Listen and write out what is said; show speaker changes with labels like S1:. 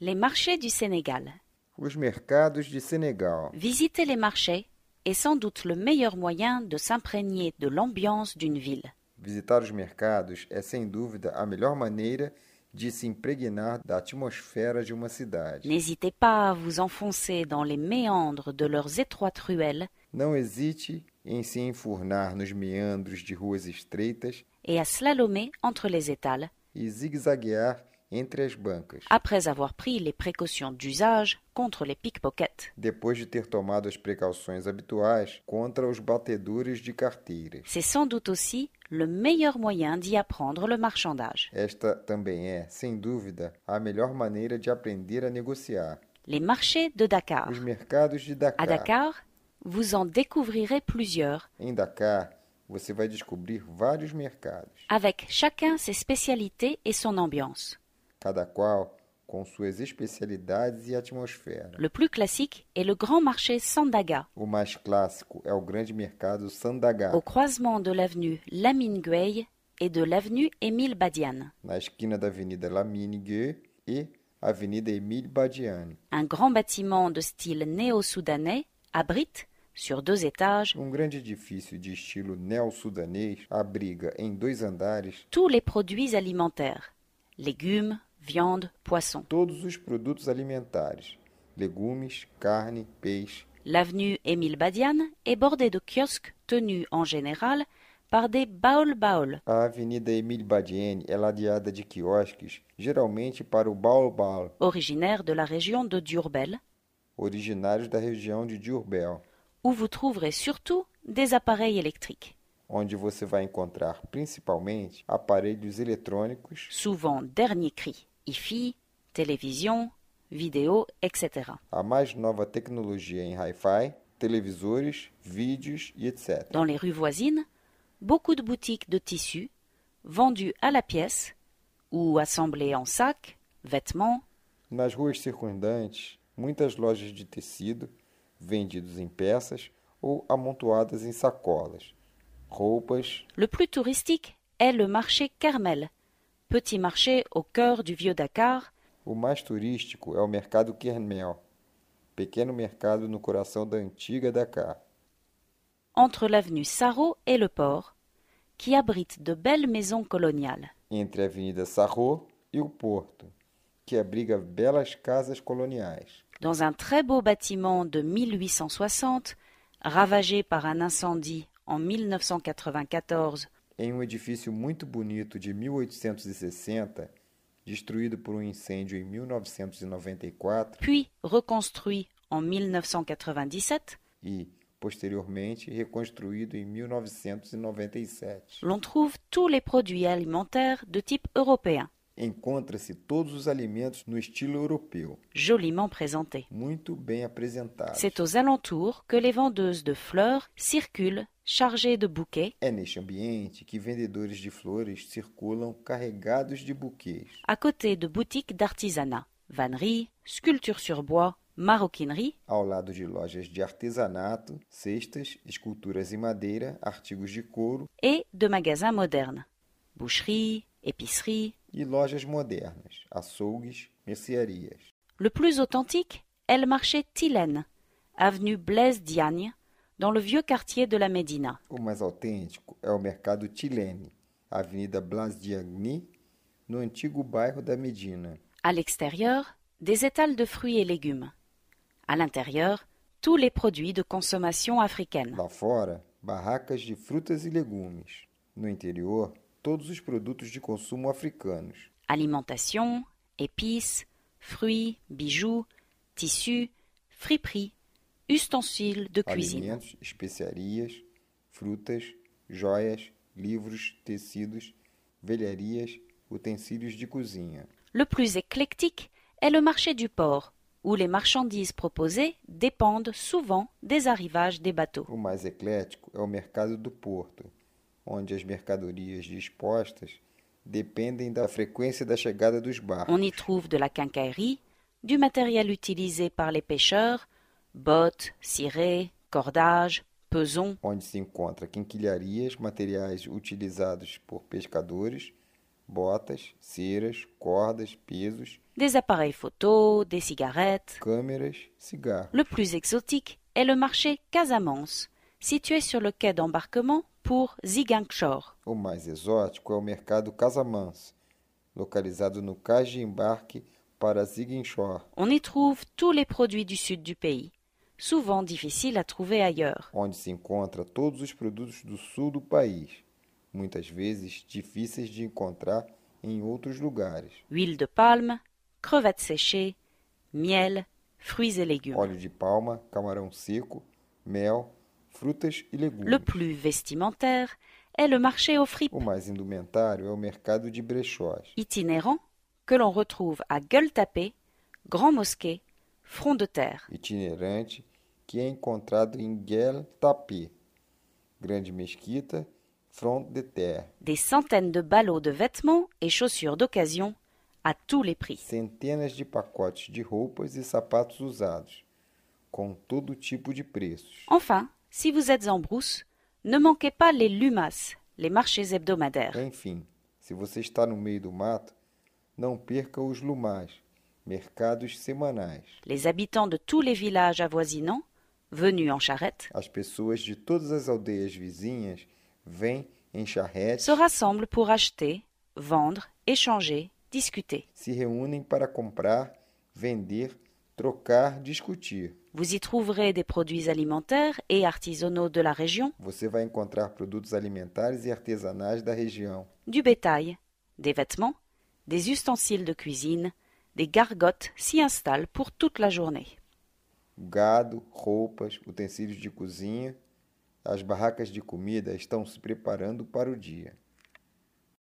S1: Les marchés du Sénégal.
S2: Os mercados de Senegal.
S1: Visiter les marchés est sans doute le meilleur moyen de s'imprégner de l'ambiance d'une ville.
S2: Visitar os mercados é sem dúvida a melhor maneira de se impregnar da atmosfera de uma cidade.
S1: N'hésitez pas à vous enfoncer dans les méandres de leurs étroites ruelles
S2: Não hesite em se enfurnar nos meandros de ruas estreitas
S1: et à slalomer entre les étals,
S2: e zigue-zaguear entre as bancas,
S1: après avoir pris les précautions d'usage contre les pickpockets.
S2: depois de ter tomado as precauções habituais contra os batedores de carteiras.
S1: C'est sans doute aussi le meilleur moyen d'y apprendre le marchandage.
S2: Esta também é, sem dúvida, a melhor maneira de aprender a negociar.
S1: Les marchés de Dakar.
S2: Os mercados de
S1: À Dakar, vous en découvrirez plusieurs,
S2: Em Dakar, você vai descobrir vários mercados,
S1: avec chacun ses spécialités et son ambiance.
S2: cada qual com suas especialidades e atmosfera.
S1: Le plus classique est le grand marché Sandaga,
S2: O mais clássico é o grande mercado Sandaga,
S1: au croisement de l'avenue Lamine Gueye et de l'avenue Émile Badiane.
S2: na esquina da Avenida Lamine Gueux e Avenida Émile Badiane.
S1: Un grand bâtiment de style néo-soudanais abrite, sur deux étages,
S2: Um grande edifício de estilo neo-sudanês abriga em dois andares
S1: tous les produits alimentaires légumes, viande, poissons.
S2: todos os produtos alimentares, legumes, carne, peixe.
S1: L'avenue Émile Badiane est bordée de kiosques tenus en général par des baoul-baoul,
S2: A Avenida Émile Badiane é ladeada de quiosques, geralmente para o baobal,
S1: originaires de la région de Durbel,
S2: originários da região de Diourbel,
S1: où vous trouverez surtout des appareils électriques,
S2: onde você vai encontrar principalmente aparelhos eletrônicos,
S1: souvent dernier cri, hi-fi, télévision, vidéo, etc.
S2: a mais nova tecnologia em Hi-Fi, televisores, vídeos e etc.
S1: Dans les rues voisines, beaucoup de boutiques de tissus vendues à la pièce ou assemblées en sacs, vêtements,
S2: Nas ruas circundantes, muitas lojas de tecido, vendidos em peças ou amontoadas em sacolas, roupas,
S1: Le plus touristique est le marché Carmel, petit marché au cœur du vieux Dakar,
S2: O mais turístico é o mercado Kermel, pequeno mercado no coração da antiga Dakar.
S1: entre l'avenue Saro et le port, qui abrite de belles maisons coloniales.
S2: entre a Avenida Sarro e o Porto, que abriga belas casas coloniais.
S1: Dans un très beau bâtiment de 1860, ravagé par un incendie en 1994,
S2: Em um edifício muito bonito de 1860, destruído por um incêndio em 1994
S1: puis reconstruit en 1997,
S2: e posteriormente reconstruído em 1997,
S1: l'on trouve tous les produits alimentaires de type européen,
S2: encontra-se todos os alimentos no estilo europeu,
S1: joliment présentés.
S2: muito bem apresentados.
S1: C'est aux alentours que les vendeuses de fleurs circulent chargées de bouquets,
S2: É neste ambiente que vendedores de flores circulam carregados de buquês.
S1: à côté de boutiques d'artisanat, vanneries, sculptures sur bois, maroquinerie,
S2: ao lado de lojas de artesanato, cestas, esculturas em madeira, artigos de couro
S1: et de magasins modernes, boucheries, épiceries.
S2: e lojas modernas, açougues, mercearias.
S1: Le plus authentique est le marché Tilène, avenue Blaise Diagne, dans le vieux quartier de la Médina.
S2: O mais autêntico é o mercado Tilene, Avenida Blas Diagny, no antigo bairro da Medina.
S1: À l'extérieur, des étals de fruits et légumes. À l'intérieur, tous les produits de consommation africaine.
S2: Lá fora, barracas de frutas e legumes. No interior, todos os produtos de consumo africanos.
S1: alimentation, épices, fruits, bijoux, tissus, friperies, ustensiles de cuisine.
S2: alimentos, especiarias, frutas, joias, livros, tecidos, velharias, utensílios de cozinha.
S1: Le plus éclectique est le marché du port, où les marchandises proposées dépendent souvent des arrivages des bateaux.
S2: O mais eclético é o mercado do porto, onde as mercadorias dispostas dependem da frequência da chegada dos barcos.
S1: On y trouve de la quincaillerie, du matériel utilisé par les pêcheurs, bottes, cirés, cordages, pesons,
S2: onde se encontra quinquilharias, materiais utilizados por pescadores, botas, ceras, cordas, pesos,
S1: des appareils photos, des cigarettes.
S2: câmeras, cigarros.
S1: Le plus exotique est le marché Casamance, situé sur le quai d'embarquement pour Ziguinchor.
S2: O mais exótico é o mercado Casamance, localizado no cais de embarque para Ziguinchor,
S1: On y trouve tous les produits du sud du pays, souvent difficiles à trouver ailleurs.
S2: onde se encontra todos os produtos do sul do país, muitas vezes difíceis de encontrar em outros lugares.
S1: Huile de palme, crevettes séchées, miel, fruits et légumes.
S2: Óleo de palma, camarão seco, mel, frutas e
S1: Le
S2: legumes.
S1: plus vestimentaire est le marché aux fripes,
S2: O mais indumentário é o mercado de brechós,
S1: itinérant, que l'on retrouve à Gueule Tapée, Grand Mosquée, Front de Terre.
S2: itinerante, que é encontrado em Guel Tapé, Grande Mesquita, Front de Terre.
S1: Des centaines de ballots de vêtements et chaussures d'occasion à tous les prix.
S2: centenas de pacotes de roupas e sapatos usados, com todo tipo de preços.
S1: Enfin, si vous êtes en brousse, ne manquez pas les Lumas, les marchés hebdomadaires.
S2: Enfim, se você está no meio do mato, não perca os lumais, mercados semanais.
S1: Les habitants de tous les villages avoisinants, venus en charrette,
S2: As pessoas de todas as aldeias vizinhas vêm em charretes,
S1: se rassemblent pour acheter, vendre, échanger, discuter.
S2: se reúnem para comprar, vender, trocar, discutir.
S1: Vous y trouverez des produits alimentaires et artisanaux de la région,
S2: Você vai encontrar produtos alimentares e artesanais da região.
S1: du bétail, des vêtements, des ustensiles de cuisine, des gargotes s'y installent pour toute la journée.
S2: gado, roupas, utensílios de cozinha. As barracas de comida estão se preparando para o dia.